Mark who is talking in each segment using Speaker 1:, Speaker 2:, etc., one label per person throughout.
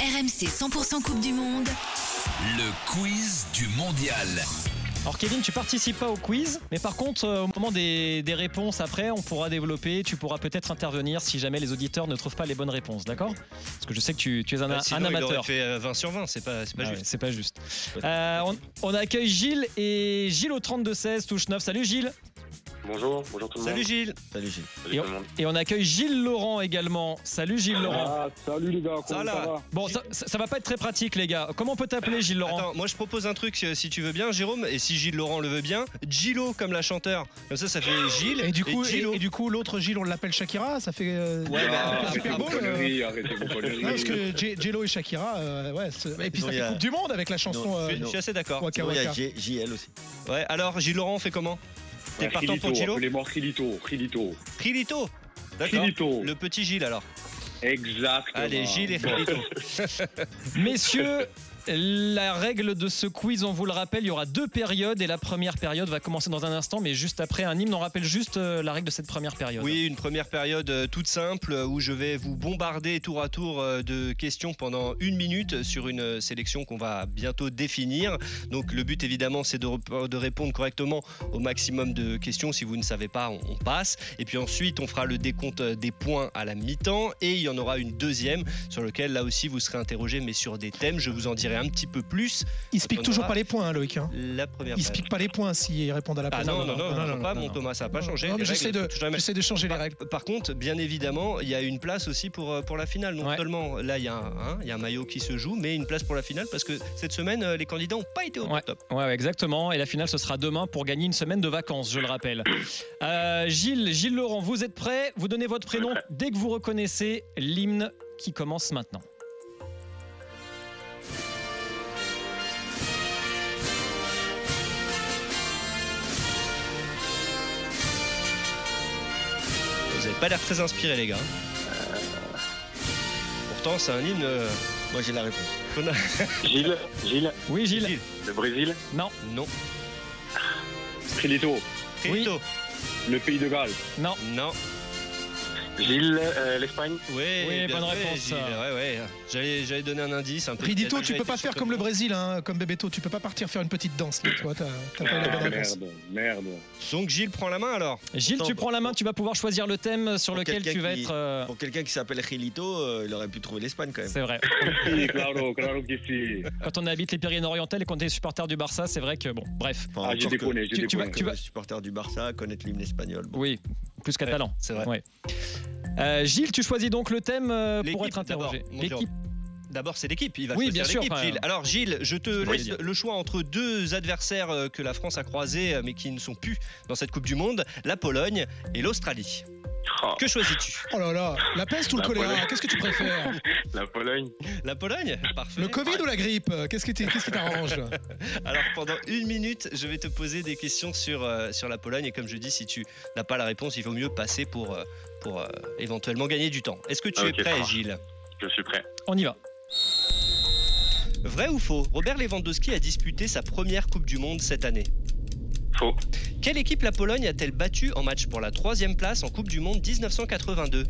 Speaker 1: RMC 100% Coupe du Monde.
Speaker 2: Le quiz du mondial.
Speaker 3: Alors Kevin, tu participes pas au quiz, mais par contre, euh, au moment des, des réponses après, on pourra développer, tu pourras peut-être intervenir si jamais les auditeurs ne trouvent pas les bonnes réponses, d'accord Parce que je sais que tu, tu es un,
Speaker 4: Bah,
Speaker 3: un
Speaker 4: sinon, Il aurait
Speaker 3: amateur.
Speaker 4: fait euh, 20 sur 20, c'est pas, c'est pas
Speaker 3: Ah ouais,
Speaker 4: juste.
Speaker 3: c'est pas juste. Euh, on, on accueille Gilles et Gilles au 32-16, touche 9. Salut Gilles
Speaker 5: Bonjour, bonjour tout le
Speaker 4: Salut
Speaker 5: monde.
Speaker 4: Gilles
Speaker 3: Salut Gilles.
Speaker 5: Salut
Speaker 3: Et
Speaker 5: tout le monde.
Speaker 3: Et on accueille Gilles Laurent également. Salut Gilles Laurent.
Speaker 6: Ah, salut les gars, comment
Speaker 4: Ça,
Speaker 6: ça,
Speaker 4: là.
Speaker 7: hein.
Speaker 6: va
Speaker 3: Bon, ça, ça- ça va pas être très pratique les gars. Comment on peut t'appeler Gilles Laurent
Speaker 4: Attends, moi je propose un truc euh, si tu veux bien, Jérôme, et si Gilles Laurent le veut bien, Gillo comme la chanteur. Comme ça, ça fait Gilles
Speaker 7: Et du coup, et,
Speaker 4: Gillo.
Speaker 7: et du coup, l'autre Gilles, on l'appelle Shakira, ça fait. euh,
Speaker 4: Ouais, bah,
Speaker 7: ça fait
Speaker 6: arrêtez
Speaker 7: pas
Speaker 6: vos
Speaker 7: beau, euh,
Speaker 6: conneries, arrêtez vos
Speaker 7: non, parce
Speaker 6: conneries.
Speaker 7: que J- Jello et Shakira, euh, ouais. c'est- Et puis
Speaker 8: Non,
Speaker 7: ça
Speaker 8: il y
Speaker 7: fait
Speaker 8: a-
Speaker 7: Coupe du Monde avec la chanson.
Speaker 8: Non,
Speaker 7: euh,
Speaker 4: Je suis- je suis assez d'accord.
Speaker 7: Waka
Speaker 8: Sinon, il y a
Speaker 7: Waka.
Speaker 8: Ah J- JL aussi.
Speaker 4: Ouais, alors Gilles Laurent, on fait comment T'es partant pour Gillo
Speaker 5: Appelez-moi Rilito, Rilito.
Speaker 4: Rilito D'accord.
Speaker 5: Rilito.
Speaker 4: Le petit Gilles alors.
Speaker 5: Exact.
Speaker 4: Allez, Gilles et Rilito.
Speaker 3: Messieurs, la règle de ce quiz, on vous le rappelle, il y aura deux périodes et la première période va commencer dans un instant, mais juste après un hymne, on rappelle juste euh, la règle de cette première période.
Speaker 4: Oui, une première période euh, toute simple euh, où je vais vous bombarder tour à tour euh, de questions pendant une minute sur une euh, sélection qu'on va bientôt définir. Donc le but évidemment c'est de, rep- de répondre correctement au maximum de questions. Si vous ne savez pas, on, on passe. Et puis ensuite on fera le décompte euh, des points à la mi-temps et il y en aura une deuxième sur laquelle là aussi vous serez interrogé mais sur des thèmes. Je vous en dirai un petit peu plus
Speaker 7: Il se pique
Speaker 4: On
Speaker 7: toujours
Speaker 4: aura-
Speaker 7: pas les points, hein, Loïc. hein.
Speaker 4: la première.
Speaker 7: Il se
Speaker 4: période.
Speaker 7: pique pas les points s'ils répondent à la
Speaker 4: Ah non non non, non, pas
Speaker 7: non,
Speaker 4: mon
Speaker 7: non.
Speaker 4: Thomas, ça n'a pas
Speaker 7: Non,
Speaker 4: changé.
Speaker 7: non, mais
Speaker 4: Les
Speaker 7: j'essaie
Speaker 4: règles,
Speaker 7: de,
Speaker 4: faut jamais-
Speaker 7: j'essaie de changer les règles.
Speaker 4: Par contre, bien évidemment, il y a une place aussi pour, euh, pour la finale. Non
Speaker 3: Ouais.
Speaker 4: seulement là, il y, a un- hein, il y a un maillot qui se joue, mais une place pour la finale parce que cette semaine, euh, les candidats n'ont pas été au top.
Speaker 3: Ouais, ouais, exactement. Et la finale, ce sera demain pour gagner une semaine de vacances, je le rappelle. Euh, Gilles, Gilles Laurent, vous êtes prêts Vous donnez votre prénom dès que vous reconnaissez l'hymne qui commence maintenant.
Speaker 4: Vous n'avez pas l'air très inspiré, les gars. hein. Pourtant, c'est un hymne. euh,
Speaker 8: Moi, j'ai la réponse.
Speaker 5: Gilles, Gilles,
Speaker 3: Oui, Gilles
Speaker 5: le Brésil.
Speaker 4: Non.
Speaker 5: Rilito,
Speaker 3: Oui.
Speaker 4: Tito.
Speaker 5: le pays de Galles.
Speaker 4: Non.
Speaker 5: Gilles, euh, l'Espagne.
Speaker 4: Ouais,
Speaker 3: Oui,
Speaker 4: bien
Speaker 3: bonne
Speaker 4: joué,
Speaker 3: réponse,
Speaker 4: Gilles.
Speaker 3: ça.
Speaker 4: Ouais, ouais. J'allais, j'allais donner un indice. Un peu
Speaker 7: Ridito,
Speaker 4: peut-être,
Speaker 7: tu
Speaker 4: mais
Speaker 7: peux pas
Speaker 4: j'étais
Speaker 7: faire
Speaker 4: sûr
Speaker 7: comme
Speaker 4: que
Speaker 7: le
Speaker 4: non.
Speaker 7: Brésil, hein, comme Bebeto. Tu peux pas partir faire une petite danse. là, tu vois, t'as t'as pas eu la bonne
Speaker 5: Ah,
Speaker 7: réponse.
Speaker 5: merde, merde.
Speaker 4: Donc, Gilles prend la main alors.
Speaker 3: Gilles, tu prends la main, tu vas pouvoir choisir le thème sur
Speaker 8: Pour
Speaker 3: lequel
Speaker 8: quelqu'un
Speaker 3: tu vas
Speaker 8: qui-
Speaker 3: être. euh,
Speaker 8: Pour quelqu'un qui s'appelle Gilito, euh, il aurait pu trouver l'Espagne quand même.
Speaker 3: C'est vrai.
Speaker 5: Si, claro, claro que si.
Speaker 3: Quand on habite les Pyrénées-Orientales et qu'on est supporter du Barça, c'est vrai que bon, bref.
Speaker 8: Enfin,
Speaker 5: Ah, j'ai
Speaker 8: encore que-
Speaker 5: déconné,
Speaker 3: tu-
Speaker 5: j'ai
Speaker 3: tu vas-
Speaker 5: déconné.
Speaker 8: que le supporter du Barça, connaître l'hymne espagnol. Bon.
Speaker 3: Oui, plus qu'à talent.
Speaker 4: C'est vrai.
Speaker 3: Ouais. Euh, Gilles, tu choisis donc le thème euh, pour
Speaker 4: L'équipe,
Speaker 3: être interrogé.
Speaker 4: d'abord, mon
Speaker 3: L'équipe.
Speaker 4: D'abord, c'est l'équipe. Il va
Speaker 3: Oui,
Speaker 4: choisir
Speaker 3: bien sûr,
Speaker 4: l'équipe,
Speaker 3: enfin, euh,
Speaker 4: Gilles. Alors, Gilles, je te
Speaker 3: Oui.
Speaker 4: laisse le choix entre deux adversaires euh, que la France a croisés, euh, mais qui ne sont plus dans cette Coupe du Monde la Pologne et l'Australie.
Speaker 5: Oh,
Speaker 4: Que choisis-tu
Speaker 7: Oh là là, la peste ou le
Speaker 5: La
Speaker 7: choléra
Speaker 5: Pologne.
Speaker 7: Qu'est-ce que tu préfères
Speaker 5: la Pologne.
Speaker 4: La Pologne Parfait.
Speaker 7: Le Covid ou la grippe Qu'est-ce qui t'est- qu'est-ce qui t'arrange
Speaker 4: Alors, pendant une minute, je vais te poser des questions sur, euh, sur la Pologne. Et comme je dis, si tu n'as pas la réponse, il vaut mieux passer pour, euh, pour euh, éventuellement gagner du temps. Est-ce que tu
Speaker 5: Ok,
Speaker 4: es
Speaker 5: ça
Speaker 4: prêt,
Speaker 5: marche.
Speaker 4: Gilles
Speaker 5: Je suis prêt.
Speaker 3: On y va.
Speaker 4: Vrai ou faux Robert Lewandowski a disputé sa première Coupe du Monde cette année.
Speaker 5: Faux.
Speaker 4: Quelle équipe la Pologne a-t-elle battue en match pour la troisième place en Coupe du Monde 1982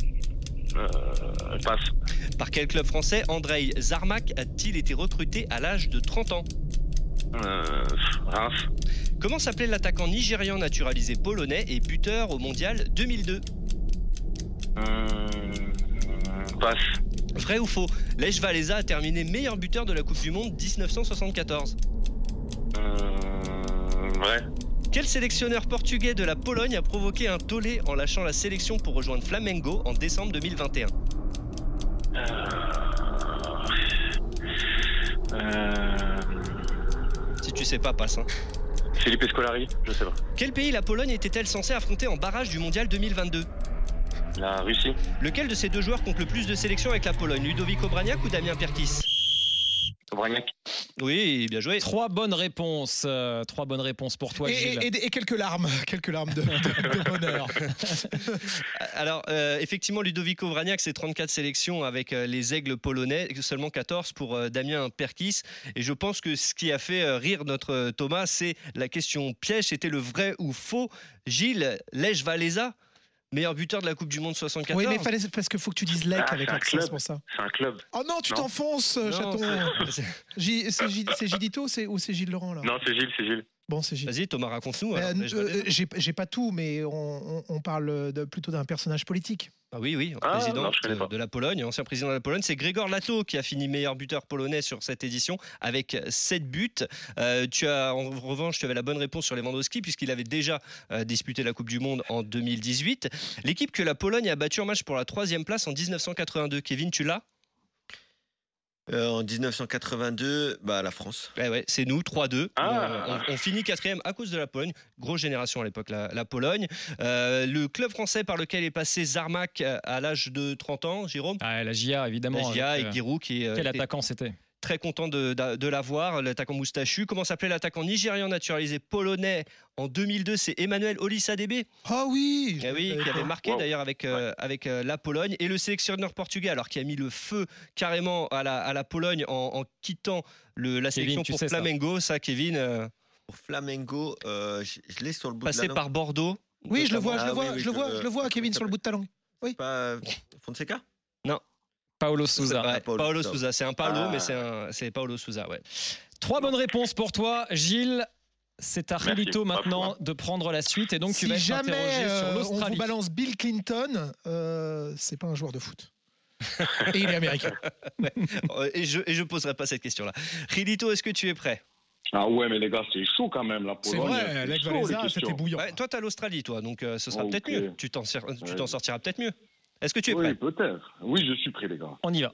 Speaker 5: Euh, passe.
Speaker 4: Par quel club français Andrei Zarmak a-t-il été recruté à l'âge de 30 ans
Speaker 5: Euh, Reims.
Speaker 4: Comment s'appelait l'attaquant nigérian naturalisé polonais et buteur au mondial 2002
Speaker 5: Euh, passe.
Speaker 4: Vrai ou faux Lech Walesa a terminé meilleur buteur de la Coupe du Monde 1974.
Speaker 5: Euh, vrai.
Speaker 4: Quel sélectionneur portugais de la Pologne a provoqué un tollé en lâchant la sélection pour rejoindre Flamengo en décembre 2021
Speaker 5: Euh,
Speaker 4: Si tu sais pas, passe. hein.
Speaker 5: Philippe Escolari, je sais pas.
Speaker 4: Quel pays la Pologne était-elle censée affronter en barrage du mondial 2022
Speaker 5: La Russie.
Speaker 4: Lequel de ces deux joueurs compte le plus de sélections avec la Pologne Ludovic Obraniak ou Damien Perkis
Speaker 5: Obrignac.
Speaker 4: Oui, bien joué.
Speaker 3: Trois bonnes réponses. euh, trois bonnes réponses pour toi,
Speaker 7: et,
Speaker 3: Gilles.
Speaker 7: et- et- et quelques larmes, quelques larmes de, de- de bonheur.
Speaker 4: Alors, euh, effectivement, Ludovic Obraniak, c'est 34 sélections avec euh, les aigles polonais, seulement 14 pour euh, Damien Perkis. Et je pense que ce qui a fait euh, rire notre euh, Thomas, c'est la question piège c'était le vrai ou faux Gilles Lech Walesa Meilleur buteur de la Coupe du Monde 74.
Speaker 7: Oui, mais fallait, parce qu'il faut que tu dises like
Speaker 5: Ah,
Speaker 7: avec
Speaker 5: c'est un
Speaker 7: l'accent,
Speaker 5: club.
Speaker 7: c'est pour ça.
Speaker 5: C'est un club.
Speaker 7: Oh non, tu
Speaker 5: Non.
Speaker 7: t'enfonces,
Speaker 4: Non,
Speaker 7: euh, chaton. J- C'est J- c'est Gidito c'est- ou c'est Gilles Laurent, là
Speaker 5: Non, c'est Gilles, c'est Gilles.
Speaker 7: Bon, c'est Gilles.
Speaker 4: Vas-y, Thomas, raconte-nous.
Speaker 7: Ben,
Speaker 4: alors, après, je vais
Speaker 7: euh,
Speaker 4: aller.
Speaker 7: J'ai j'ai pas tout, mais on, on- on parle de- plutôt d'un personnage politique.
Speaker 4: Ah oui, oui,
Speaker 5: Ah,
Speaker 4: président
Speaker 5: non, je connais
Speaker 4: de-
Speaker 5: pas.
Speaker 4: de la Pologne, ancien président de la Pologne. C'est Grégor Lato qui a fini meilleur buteur polonais sur cette édition avec 7 buts. Euh, tu as, en revanche, tu avais la bonne réponse sur Lewandowski puisqu'il avait déjà euh, disputé la Coupe du Monde en 2018. L'équipe que la Pologne a battue en match pour la troisième place en 1982. Kevin, tu l'as
Speaker 8: Euh, en 1982, bah, la France.
Speaker 4: Eh Ouais, ouais, c'est nous, 3-2.
Speaker 5: Ah.
Speaker 4: On, on- on finit quatrième à cause de la Pologne. Grosse génération à l'époque, la, la Pologne. Euh, le club français par lequel est passé Zarmak euh, à l'âge de 30 ans, Jérôme
Speaker 3: Ah, la GIA, évidemment.
Speaker 4: Magia
Speaker 3: avec,
Speaker 4: et
Speaker 3: euh,
Speaker 4: Giroud qui est euh,
Speaker 3: Quel
Speaker 4: était
Speaker 3: attaquant c'était
Speaker 4: très content de, de- de l'avoir, l'attaquant moustachu. Comment s'appelait l'attaquant nigérian naturalisé polonais en 2002 C'est Emmanuel Olisadebe,
Speaker 7: Ah oui
Speaker 4: eh oui, qui avait marqué
Speaker 5: Wow.
Speaker 4: d'ailleurs avec, euh, avec euh, la Pologne. Et le sélectionneur portugais, alors qui a mis le feu carrément à la, à la Pologne en, en quittant le-
Speaker 3: Kevin,
Speaker 4: la sélection
Speaker 3: tu
Speaker 4: pour
Speaker 3: sais ça.
Speaker 4: Flamengo. Ça, Kevin, euh,
Speaker 8: Pour Flamengo, euh, je, je l'ai sur le bout de
Speaker 4: passé
Speaker 8: la langue.
Speaker 4: par Bordeaux.
Speaker 7: Oui, je le vois, je le
Speaker 8: Ah oui,
Speaker 7: vois,
Speaker 8: oui,
Speaker 7: je le
Speaker 8: je
Speaker 7: vois,
Speaker 8: le-
Speaker 7: je le vois, Kevin, sur le bout de ta langue.
Speaker 8: Pas, euh, Fonseca
Speaker 3: Paolo Souza.
Speaker 4: Ouais,
Speaker 8: Ah, Paolo
Speaker 4: Paolo
Speaker 8: Sousa.
Speaker 4: Souza, c'est un Paolo,
Speaker 5: Ah.
Speaker 4: mais c'est un- c'est Paolo Souza, ouais.
Speaker 3: Trois bonnes réponses pour toi, Gilles. C'est à
Speaker 5: Merci.
Speaker 3: Relito
Speaker 5: Bravo.
Speaker 3: maintenant de prendre la suite et donc tu
Speaker 7: si
Speaker 3: vas être
Speaker 7: jamais
Speaker 3: interrogé sur
Speaker 7: euh, on vous
Speaker 3: l'Australie.
Speaker 7: balance Bill Clinton, euh, c'est pas un joueur de foot. Et il est américain.
Speaker 4: Euh, et je ne poserai pas cette question-là. Rilito, est-ce que tu es prêt
Speaker 5: Ah ouais, mais les gars, c'est chaud quand même, la
Speaker 7: C'est
Speaker 5: Pologne.
Speaker 7: vrai, Lech
Speaker 5: chaud, les
Speaker 7: Walesa,
Speaker 5: questions.
Speaker 7: c'était bouillant.
Speaker 4: Ouais, Toi, tu as l'Australie, toi, donc euh, ce sera
Speaker 5: Ah, Ok.
Speaker 4: peut-être mieux. Tu t'en sers- tu
Speaker 5: Ouais.
Speaker 4: t'en sortiras peut-être mieux. Est-ce que tu es prêt
Speaker 5: Oui, peut-être. Oui, je suis prêt, les gars.
Speaker 3: On y va.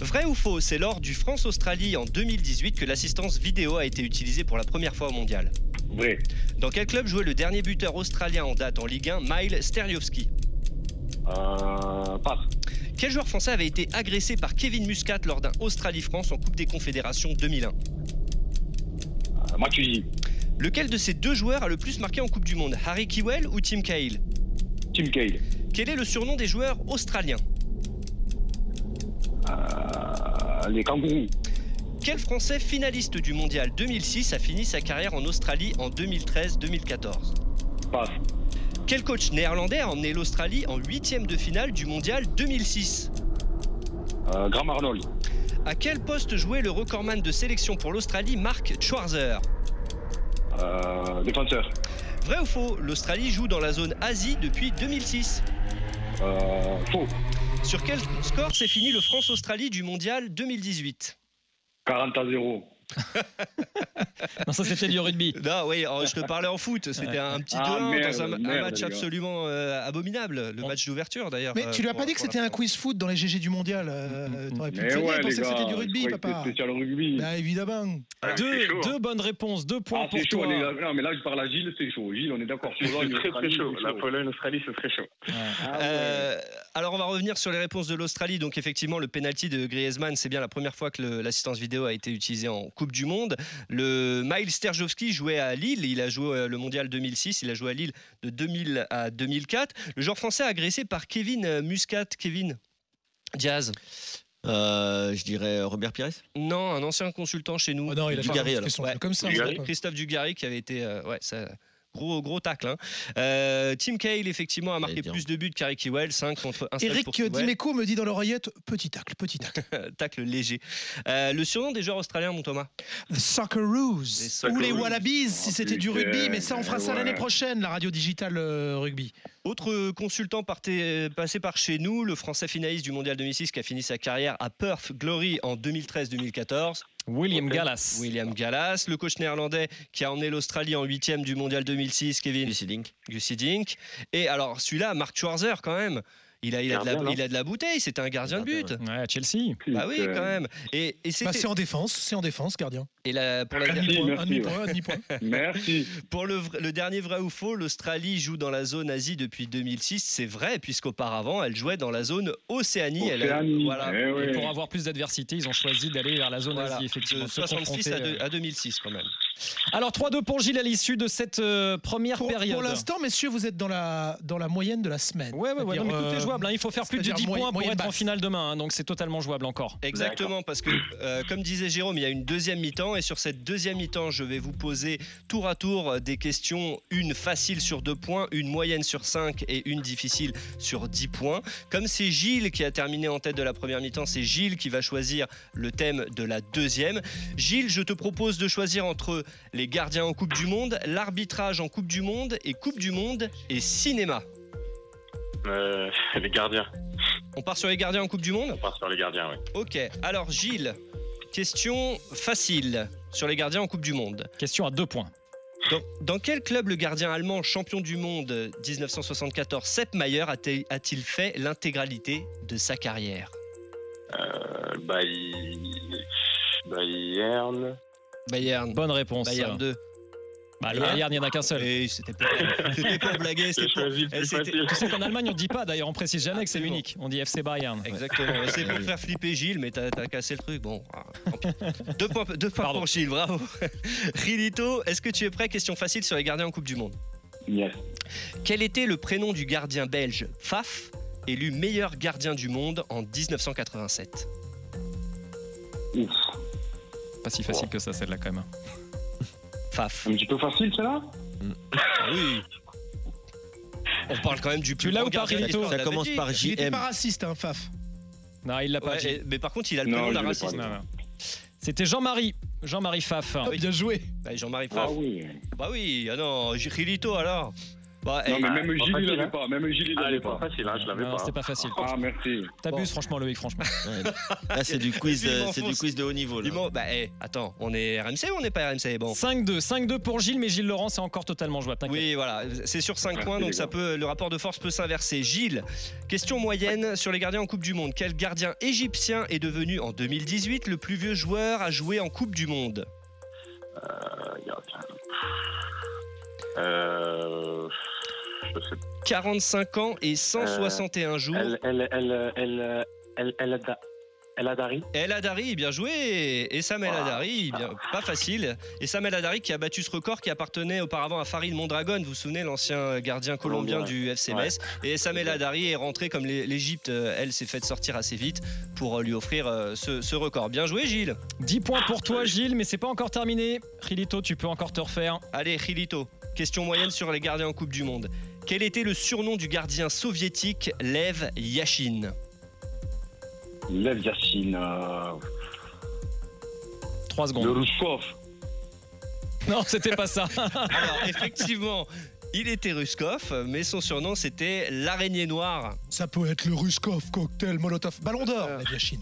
Speaker 4: Vrai ou faux, c'est lors du France-Australie en 2018 que l'assistance vidéo a été utilisée pour la première fois au mondial.
Speaker 5: Vrai.
Speaker 4: Dans quel club jouait le dernier buteur australien en date en Ligue 1, Mile Steriowski
Speaker 5: Euh, passe.
Speaker 4: Quel joueur français avait été agressé par Kevin Muscat lors d'un Australie-France en Coupe des Confédérations 2001
Speaker 5: Euh, Matuidi.
Speaker 4: Lequel de ces deux joueurs a le plus marqué en Coupe du Monde Harry Kewell ou Tim Cahill
Speaker 5: Tim Cahill.
Speaker 4: Quel est le surnom des joueurs australiens
Speaker 5: Euh, les kangourous.
Speaker 4: Quel français finaliste du mondial 2006 a fini sa carrière en Australie en 2013-2014
Speaker 5: Passe.
Speaker 4: Quel coach néerlandais a emmené l'Australie en huitième de finale du mondial 2006
Speaker 5: Euh, Graham Arnold.
Speaker 4: À quel poste jouait le recordman de sélection pour l'Australie Mark Schwarzer
Speaker 5: Euh, défenseur.
Speaker 4: Vrai ou faux, l'Australie joue dans la zone Asie depuis 2006.
Speaker 5: Euh, faux.
Speaker 4: Sur quel score s'est fini le France-Australie du mondial 2018
Speaker 5: 40 à 0.
Speaker 3: Non, ça c'était du rugby.
Speaker 4: Non, Bah oui, alors, je te parlais en foot, c'était un petit 2-1
Speaker 5: Ah, merde,
Speaker 4: dans un, un
Speaker 5: merde,
Speaker 4: match
Speaker 5: les gars.
Speaker 4: absolument euh, abominable, le
Speaker 3: On-
Speaker 4: match d'ouverture d'ailleurs.
Speaker 7: Mais
Speaker 4: euh,
Speaker 7: tu lui as
Speaker 4: pour-
Speaker 7: pas dit que
Speaker 4: pour la
Speaker 7: c'était un
Speaker 4: France.
Speaker 7: quiz foot dans les GG du mondial. euh,
Speaker 3: Mhm.
Speaker 7: T'aurais pu
Speaker 5: Mais
Speaker 7: te
Speaker 5: ouais,
Speaker 7: il
Speaker 5: les
Speaker 7: pensait que
Speaker 5: gars.
Speaker 7: c'était du rugby,
Speaker 5: je croyais que
Speaker 7: papa.
Speaker 5: c'était spécial rugby.
Speaker 7: Bah évidemment.
Speaker 5: Ah, c'est
Speaker 3: Deux,
Speaker 5: chaud.
Speaker 3: deux bonnes réponses, deux points
Speaker 5: Ah,
Speaker 3: pour
Speaker 5: c'est chaud,
Speaker 3: toi.
Speaker 5: les gars. Non, mais là, je parle à Gilles, c'est chaud. Gilles, on est d'accord. sur
Speaker 6: C'est
Speaker 5: l'Australie,
Speaker 6: très très
Speaker 5: l'Australie,
Speaker 6: chaud.
Speaker 5: c'est
Speaker 6: La Pologne, l'Australie, c'est très chaud.
Speaker 3: Ouais.
Speaker 5: Ah ouais.
Speaker 4: Euh, alors on va revenir sur les réponses de l'Australie. Donc effectivement le penalty de Griezmann, c'est bien la première fois que le- l'assistance vidéo a été utilisée en Coupe du Monde. Le Miles Terjovski jouait à Lille, il a joué euh, le Mondial 2006, il a joué à Lille de 2000 à 2004. Le joueur français agressé par Kevin euh, Muscat, Kevin Diaz.
Speaker 8: Euh, Je dirais euh, Robert Pires.
Speaker 4: Non, un ancien consultant chez nous.
Speaker 7: Oh non, il a
Speaker 8: Dugarry,
Speaker 7: pas
Speaker 8: alors.
Speaker 7: fait son
Speaker 4: Ouais.
Speaker 7: jeu comme ça.
Speaker 6: Dugarry.
Speaker 7: c'est pas-
Speaker 4: Christophe Dugarry qui avait été euh, ouais, ça- gros gros tacle. hein. Euh, Tim Cahill effectivement a marqué
Speaker 8: dire.
Speaker 4: plus de buts qu'Harry Kewell, 5 contre 1.
Speaker 7: Eric Dimeco me dit dans l'oreillette petit tacle, petit tacle.
Speaker 4: tacle léger. Euh, le surnom des joueurs australiens, mon Thomas
Speaker 7: The Socceroos ou les
Speaker 5: Socceroos.
Speaker 7: Wallabies
Speaker 5: Oh,
Speaker 7: si c'était du
Speaker 5: putain,
Speaker 7: rugby, mais ça on fera ça
Speaker 5: ouais.
Speaker 7: l'année prochaine, la radio digitale euh, rugby.
Speaker 4: Autre consultant parté- passé par chez nous, le français finaliste du mondial 2006 qui a fini sa carrière à Perth Glory en 2013-2014,
Speaker 3: William Gallas.
Speaker 4: William Gallas. Le coach néerlandais qui a emmené l'Australie en huitième du mondial 2006, Kevin
Speaker 8: Lucy Dink.
Speaker 4: Gussie Dink. Et alors celui-là, Mark Schwarzer quand même. Il a, il, a de
Speaker 5: Gardien,
Speaker 4: la,
Speaker 5: non
Speaker 4: il a de la bouteille, c'était un gardien de but.
Speaker 3: Ouais, à Chelsea.
Speaker 4: Bah oui,
Speaker 5: euh,
Speaker 4: quand même. Et, et c'était-
Speaker 7: Bah, c'est en défense, c'est en défense, gardien.
Speaker 4: et la- pour la
Speaker 7: Un
Speaker 5: Merci,
Speaker 7: demi-point, un
Speaker 5: merci,
Speaker 7: demi-point, un demi-point.
Speaker 5: Merci.
Speaker 4: Pour le, vr- le dernier vrai ou faux, l'Australie joue dans la zone Asie depuis 2006. C'est vrai, puisqu'auparavant, elle jouait dans la zone Océanie. Elle-
Speaker 5: Océanie.
Speaker 4: voilà.
Speaker 5: Eh ouais.
Speaker 3: Pour avoir plus d'adversité, ils ont choisi d'aller vers la zone
Speaker 4: Voilà.
Speaker 3: Asie, effectivement.
Speaker 4: De
Speaker 3: se
Speaker 4: 66
Speaker 3: confronter,
Speaker 4: à, deux-
Speaker 3: euh,
Speaker 4: à 2006 quand même.
Speaker 3: Alors 3-2 pour Gilles à l'issue de cette euh, première
Speaker 7: Pour,
Speaker 3: période.
Speaker 7: pour l'instant, messieurs, vous êtes dans la, dans la moyenne de la semaine.
Speaker 3: Ouais, ouais, ouais. non,
Speaker 7: C'est-à-dire,
Speaker 3: mais tout
Speaker 7: euh,
Speaker 3: est jouable. hein. Il faut faire plus de
Speaker 7: c'est-à-dire
Speaker 3: 10
Speaker 7: moyen-
Speaker 3: points pour
Speaker 7: moyenne
Speaker 3: être en
Speaker 7: basse.
Speaker 3: finale demain. hein. Donc c'est totalement jouable encore.
Speaker 4: Exactement, parce que euh, comme disait Jérôme, il y a une deuxième mi-temps et sur cette deuxième mi-temps, je vais vous poser tour à tour euh, des questions, une facile sur deux points, une moyenne sur 5 et une difficile sur 10 points. Comme c'est Gilles qui a terminé en tête de la première mi-temps, c'est Gilles qui va choisir le thème de la deuxième. Gilles, je te propose de choisir entre les gardiens en Coupe du Monde, l'arbitrage en Coupe du Monde et Coupe du Monde et cinéma.
Speaker 6: Euh, les gardiens.
Speaker 4: On part sur les gardiens en Coupe du Monde
Speaker 6: On part sur les gardiens, oui.
Speaker 4: Ok, alors Gilles, question facile sur les gardiens en Coupe du Monde.
Speaker 3: Question à 2 points.
Speaker 4: Dans, dans quel club le gardien allemand champion du monde 1974 Sepp Maier a-t- a-t-il fait l'intégralité de sa carrière
Speaker 6: Euh, Bay- Bayern.
Speaker 4: Bayern.
Speaker 3: Bonne réponse.
Speaker 4: Bayern 2.
Speaker 3: Bah, le Bayern, il n'y en a qu'un seul.
Speaker 4: Et c'était pour, c'était pour blaguer.
Speaker 6: J'ai
Speaker 4: C'était pour...
Speaker 6: choisi le
Speaker 4: Eh,
Speaker 6: plus
Speaker 4: c'était-
Speaker 6: facile.
Speaker 3: Tu sais qu'en Allemagne, on ne dit pas d'ailleurs, on précise jamais que c'est
Speaker 4: Absolument.
Speaker 3: Munich. On dit FC Bayern.
Speaker 4: Exactement, c'est pour faire flipper Gilles, mais t'as t'as cassé le truc. Bon, ah, tant pis. deux points, deux points
Speaker 3: Pardon.
Speaker 4: pour Gilles, bravo. Rilito, est-ce que tu es prêt Question facile sur les gardiens en Coupe du Monde.
Speaker 5: Yes.
Speaker 4: Quel était le prénom du gardien belge Pfaff, élu meilleur gardien du monde en 1987
Speaker 5: Ouf.
Speaker 3: Pas si facile que ça, celle-là quand même.
Speaker 4: Pfaff.
Speaker 5: Un petit peu facile, celle-là
Speaker 4: Oui. On parle quand même du
Speaker 3: Tu
Speaker 4: plus
Speaker 3: l'as
Speaker 4: grand
Speaker 3: ou pas,
Speaker 4: gardien
Speaker 3: Rilito
Speaker 4: d'histoire de
Speaker 8: Ça
Speaker 4: la
Speaker 8: commence
Speaker 4: Belgique.
Speaker 8: par
Speaker 7: Il était
Speaker 8: JM.
Speaker 7: pas raciste, hein, Faf.
Speaker 3: Non, il l'a pas
Speaker 4: Ouais,
Speaker 3: dit.
Speaker 4: et- mais par contre, il a le
Speaker 5: Non,
Speaker 4: prénom
Speaker 5: je
Speaker 4: d'un
Speaker 5: l'ai pas
Speaker 4: raciste.
Speaker 5: dit.
Speaker 3: Non, non. C'était Jean-Marie. Jean-Marie Faf.
Speaker 7: Ah, Bien joué.
Speaker 4: Bah, Jean-Marie Pfaff.
Speaker 5: Ah oui.
Speaker 4: Bah oui, ah non, J- Rilito alors. Bah, eh,
Speaker 5: Non, mais
Speaker 6: bah,
Speaker 5: même
Speaker 6: pas
Speaker 5: Gilles, il
Speaker 6: facile,
Speaker 5: l'avait
Speaker 6: hein.
Speaker 5: pas. Même Gilles, il
Speaker 6: Ah, elle
Speaker 5: l'avait
Speaker 6: est pas
Speaker 5: pas.
Speaker 6: facile, hein, je l'avais
Speaker 3: Non,
Speaker 6: pas.
Speaker 3: C'était pas facile.
Speaker 5: Ah, merci.
Speaker 3: T'abuses, franchement, Loïc, franchement.
Speaker 8: Ouais. Là, c'est du quiz,
Speaker 4: Il
Speaker 8: euh,
Speaker 4: m'enfonce.
Speaker 8: c'est du quiz de haut niveau. Là.
Speaker 4: il ment- bah, eh, attends, on est RMC ou on n'est pas RMC Bon.
Speaker 3: 5-2. 5-2 pour Gilles, mais Gilles Laurent, c'est encore totalement jouable. t'inquiète.
Speaker 4: Oui, voilà, c'est sur 5
Speaker 5: Merci,
Speaker 4: points, donc
Speaker 5: les
Speaker 4: ça
Speaker 5: gars.
Speaker 4: peut, le rapport de force peut s'inverser. Gilles, question moyenne sur les gardiens en Coupe du Monde. Quel gardien égyptien est devenu en 2018 le plus vieux joueur à jouer en Coupe du Monde
Speaker 6: Euh, gardien. Euh, je sais
Speaker 4: 45 ans et 161 jours.
Speaker 6: Elle, elle, elle, elle, elle, elle, a- elle a Dari.
Speaker 4: El Hadari, bien joué Et Sam El
Speaker 6: Wow.
Speaker 4: Hadari, bien- pas facile. Et Sam El Hadari qui a battu ce record qui appartenait auparavant à Farid Mondragon, vous vous souvenez, l'ancien gardien colombien
Speaker 6: Colombien,
Speaker 4: du FC Metz. Et Sam El Hadari est rentré comme l'E- l'Égypte, euh, elle s'est faite sortir assez vite pour euh, lui offrir euh, ce, ce record. Bien joué Gilles
Speaker 3: 10 points pour toi, Gilles, mais c'est pas encore terminé. Rilito, tu peux encore te refaire.
Speaker 4: Allez, Rilito, question moyenne sur les gardiens en Coupe du Monde. Quel était le surnom du gardien soviétique Lev Yashin
Speaker 5: Lev Yassine. euh,
Speaker 3: 3
Speaker 5: Le
Speaker 3: secondes.
Speaker 5: Rouchkov.
Speaker 3: Non, c'était pas ça.
Speaker 4: Alors, effectivement, il était Ruskov, mais son surnom c'était l'araignée noire.
Speaker 7: Ça peut être le Ruskov, cocktail, Molotov, Ballon d'Or,
Speaker 4: Euh.
Speaker 7: la vieille Chine.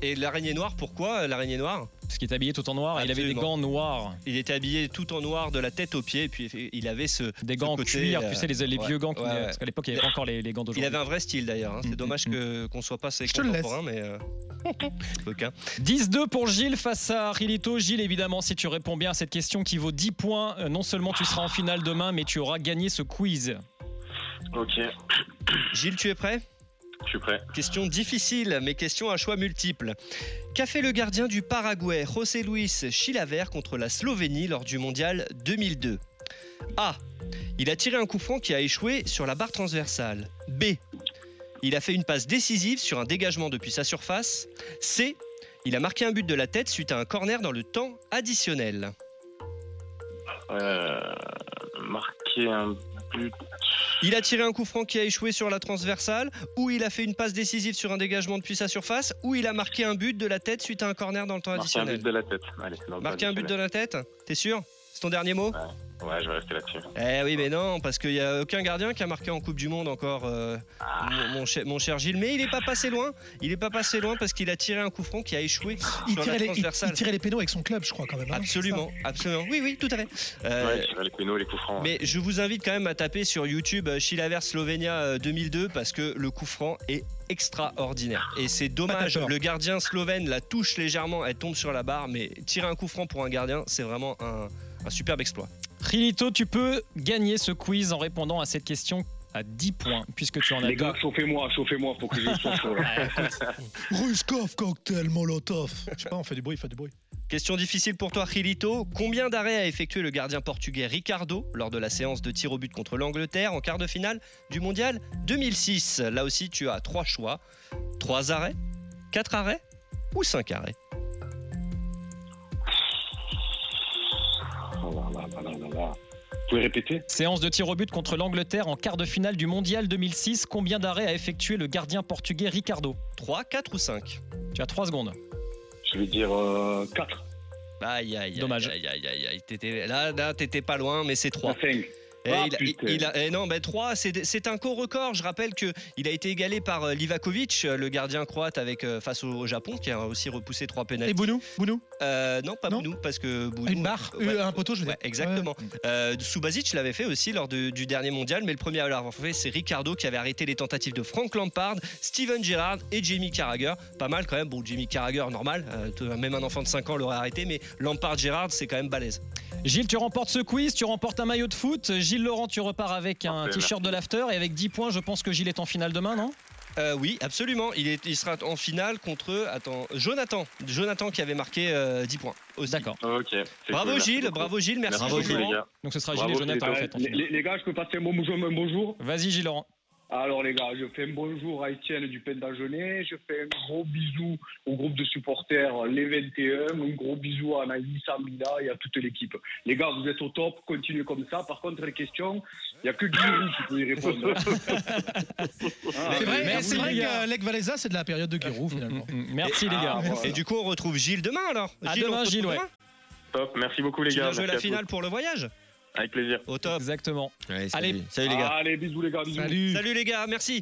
Speaker 4: Et l'araignée noire, pourquoi euh, l'araignée noire
Speaker 3: Parce qu'il est habillé tout en noir, et il avait des
Speaker 4: Absolument.
Speaker 3: gants noirs,
Speaker 4: Il était habillé tout en noir de la tête aux pieds, et puis il avait ce.
Speaker 3: des gants en
Speaker 4: côté,
Speaker 3: cuir,
Speaker 4: euh,
Speaker 3: tu sais, les, les
Speaker 4: ouais,
Speaker 3: vieux gants. qu'on
Speaker 4: ouais, ouais.
Speaker 3: Parce qu'à l'époque, il n'y avait pas encore les, les gants
Speaker 4: Il
Speaker 3: d'aujourd'hui.
Speaker 4: avait un vrai style d'ailleurs. hein.
Speaker 3: Mm,
Speaker 4: C'est dommage
Speaker 3: mm,
Speaker 4: que qu'on soit pas ses
Speaker 7: Je te le laisse.
Speaker 4: contemporains, mais. euh, Aucun.
Speaker 3: 10-2 pour Gilles face à Rilito. Gilles, évidemment, si tu réponds bien à cette question qui vaut 10 points, euh, non seulement tu seras en finale demain, mais tu auras gagné ce quiz.
Speaker 6: Ok,
Speaker 4: Gilles, tu es prêt
Speaker 6: je suis prêt.
Speaker 4: Question difficile, mais question à choix multiple. Qu'a fait le gardien du Paraguay, José Luis Chilaver, contre la Slovénie lors du mondial 2002 A. Il a tiré un coup franc qui a échoué sur la barre transversale. B. Il a fait une passe décisive sur un dégagement depuis sa surface. C. Il a marqué un but de la tête suite à un corner dans le temps additionnel.
Speaker 6: Euh, marquer un but.
Speaker 4: Il a tiré un coup franc qui a échoué sur la transversale, ou il a fait une passe décisive sur un dégagement depuis sa surface, ou il a marqué un but de la tête suite à un corner dans le temps
Speaker 6: Marquer un
Speaker 4: additionnel.
Speaker 6: but de la tête. Allez, dans le
Speaker 4: Marquer un but de
Speaker 6: traditionnel.
Speaker 4: la tête T'es sûr C'est ton dernier mot
Speaker 6: Ouais, je vais rester là-dessus.
Speaker 4: Eh oui, mais non, parce qu'il n'y a aucun gardien qui a marqué en Coupe du Monde encore, euh,
Speaker 6: Ah.
Speaker 4: mon, mon cher, mon cher Gilles. Mais il n'est pas passé loin. Il n'est pas passé loin parce qu'il a tiré un coup franc qui a échoué
Speaker 6: Ah.
Speaker 7: Il
Speaker 4: sur la
Speaker 7: tirait, les, il-
Speaker 4: transversale.
Speaker 7: il tirait les pénaux avec son club, je crois, quand même. hein.
Speaker 4: Absolument, absolument. Oui, oui, tout à fait. Euh,
Speaker 6: Ouais, je vais les pénaux, les coups francs. hein.
Speaker 4: Mais je vous invite quand même à taper sur YouTube euh, Chilaver Slovenia euh, 2002 parce que le coup franc est extraordinaire. Et c'est dommage,
Speaker 7: Pas d'accord.
Speaker 4: le gardien slovène la touche légèrement, elle tombe sur la barre, mais tirer un coup franc pour un gardien, c'est vraiment un, un superbe exploit.
Speaker 3: Rilito, tu peux gagner ce quiz en répondant à cette question à 10 points, puisque tu en as
Speaker 5: Les
Speaker 3: deux.
Speaker 5: gars, chauffez-moi, chauffez-moi, faut que je sois chaud là.
Speaker 7: Ruskov, cocktail, Molotov. Je sais pas, on fait du bruit, il fait du bruit.
Speaker 4: Question difficile pour toi, Rilito. Combien d'arrêts a effectué le gardien portugais Ricardo lors de la séance de tir au but contre l'Angleterre en quart de finale du mondial 2006 Là aussi, tu as trois choix trois arrêts, quatre arrêts ou cinq arrêts
Speaker 5: Oh là là là là là là. Vous pouvez répéter
Speaker 3: Séance de tir au but contre l'Angleterre en quart de finale du mondial 2006. Combien d'arrêts a effectué le gardien portugais Ricardo
Speaker 4: 3, 4 ou 5
Speaker 3: Tu as 3 secondes.
Speaker 5: Je vais dire euh, 4.
Speaker 4: Aïe, aïe, aïe.
Speaker 3: Dommage.
Speaker 4: Aïe, aïe, aïe, aïe. T'étais- Là, là t'étais pas loin, mais c'est 3.
Speaker 5: 5. Ah, putain.
Speaker 4: eh non, mais 3, c'est c'est un co-record. Je rappelle qu'il a été égalé par euh, Livakovic, euh, le gardien croate avec, euh, face au Japon, qui a aussi repoussé 3
Speaker 7: Et
Speaker 4: pénalités.
Speaker 7: Bounou Bounou
Speaker 4: Euh, non, pas
Speaker 7: Non.
Speaker 4: Bounou, parce que Bounou.
Speaker 7: Une barre
Speaker 4: Ouais.
Speaker 7: euh, Un poteau, je veux
Speaker 4: Ouais,
Speaker 7: dire.
Speaker 4: exactement. Euh, Subasic l'avait fait aussi lors de- du dernier mondial, mais le premier à l'avoir fait, c'est Ricardo qui avait arrêté les tentatives de Frank Lampard, Steven Gerrard et Jamie Carragher. Pas mal quand même. Bon, Jamie Carragher, normal. euh, t- même un enfant de 5 ans l'aurait arrêté, mais Lampard-Gerrard, c'est quand même balèze.
Speaker 3: Gilles, tu remportes ce quiz, tu remportes un maillot de foot. Gilles Laurent, tu repars avec un
Speaker 6: Parfait,
Speaker 3: t-shirt de l'after et avec 10 points, je pense que Gilles est en finale demain, non
Speaker 4: Euh, oui, absolument. Il, est- il sera en finale contre attends, Jonathan. Jonathan qui avait marqué euh, 10 points aussi.
Speaker 3: D'accord.
Speaker 6: Ok. c'est
Speaker 4: Bravo
Speaker 6: cool, merci
Speaker 4: Gilles,
Speaker 6: beaucoup.
Speaker 4: bravo Gilles, merci,
Speaker 6: Merci
Speaker 4: Gilles
Speaker 6: beaucoup, les
Speaker 4: Laurent.
Speaker 6: gars.
Speaker 3: Donc ce sera Gilles et
Speaker 6: Bravo,
Speaker 3: Jonathan en
Speaker 5: Ouais,
Speaker 3: fait. en
Speaker 5: les,
Speaker 3: finale.
Speaker 5: Euh, les- les gars, je peux passer un bon bonjour, un bonjour.
Speaker 3: Vas-y Gilles Laurent.
Speaker 5: Alors les gars, je fais un bonjour à Étienne du Pentagenet, je fais un gros bisou au groupe de supporters euh, Les 21, un gros bisou à Anaïs, à Mila et à toute l'équipe. Les gars, vous êtes au top, continuez comme ça. Par contre, les questions, il n'y a que Guillaume qui peut y répondre. Ah,
Speaker 7: C'est vrai,
Speaker 3: Merci,
Speaker 7: c'est vrai
Speaker 3: les gars.
Speaker 7: que Lec Valenza, c'est de la période de Giroud, finalement.
Speaker 3: Mm, mm, Merci les gars.
Speaker 5: Ah, voilà.
Speaker 4: Et du coup, on retrouve Gilles demain alors.
Speaker 3: À
Speaker 4: on
Speaker 3: demain,
Speaker 4: se
Speaker 3: Gilles,
Speaker 4: retrouve
Speaker 3: ouais.
Speaker 4: demain
Speaker 6: Top, merci beaucoup, les
Speaker 4: Tu
Speaker 6: gars.
Speaker 4: viens jouer
Speaker 6: merci
Speaker 4: la
Speaker 6: à
Speaker 4: finale pour le voyage
Speaker 6: tous. Avec plaisir.
Speaker 4: Au top.
Speaker 3: Exactement.
Speaker 8: Allez,
Speaker 3: Allez.
Speaker 8: salut. Salut les gars.
Speaker 5: Allez, bisous les gars, bisous.
Speaker 7: Salut
Speaker 4: Salut les gars, merci.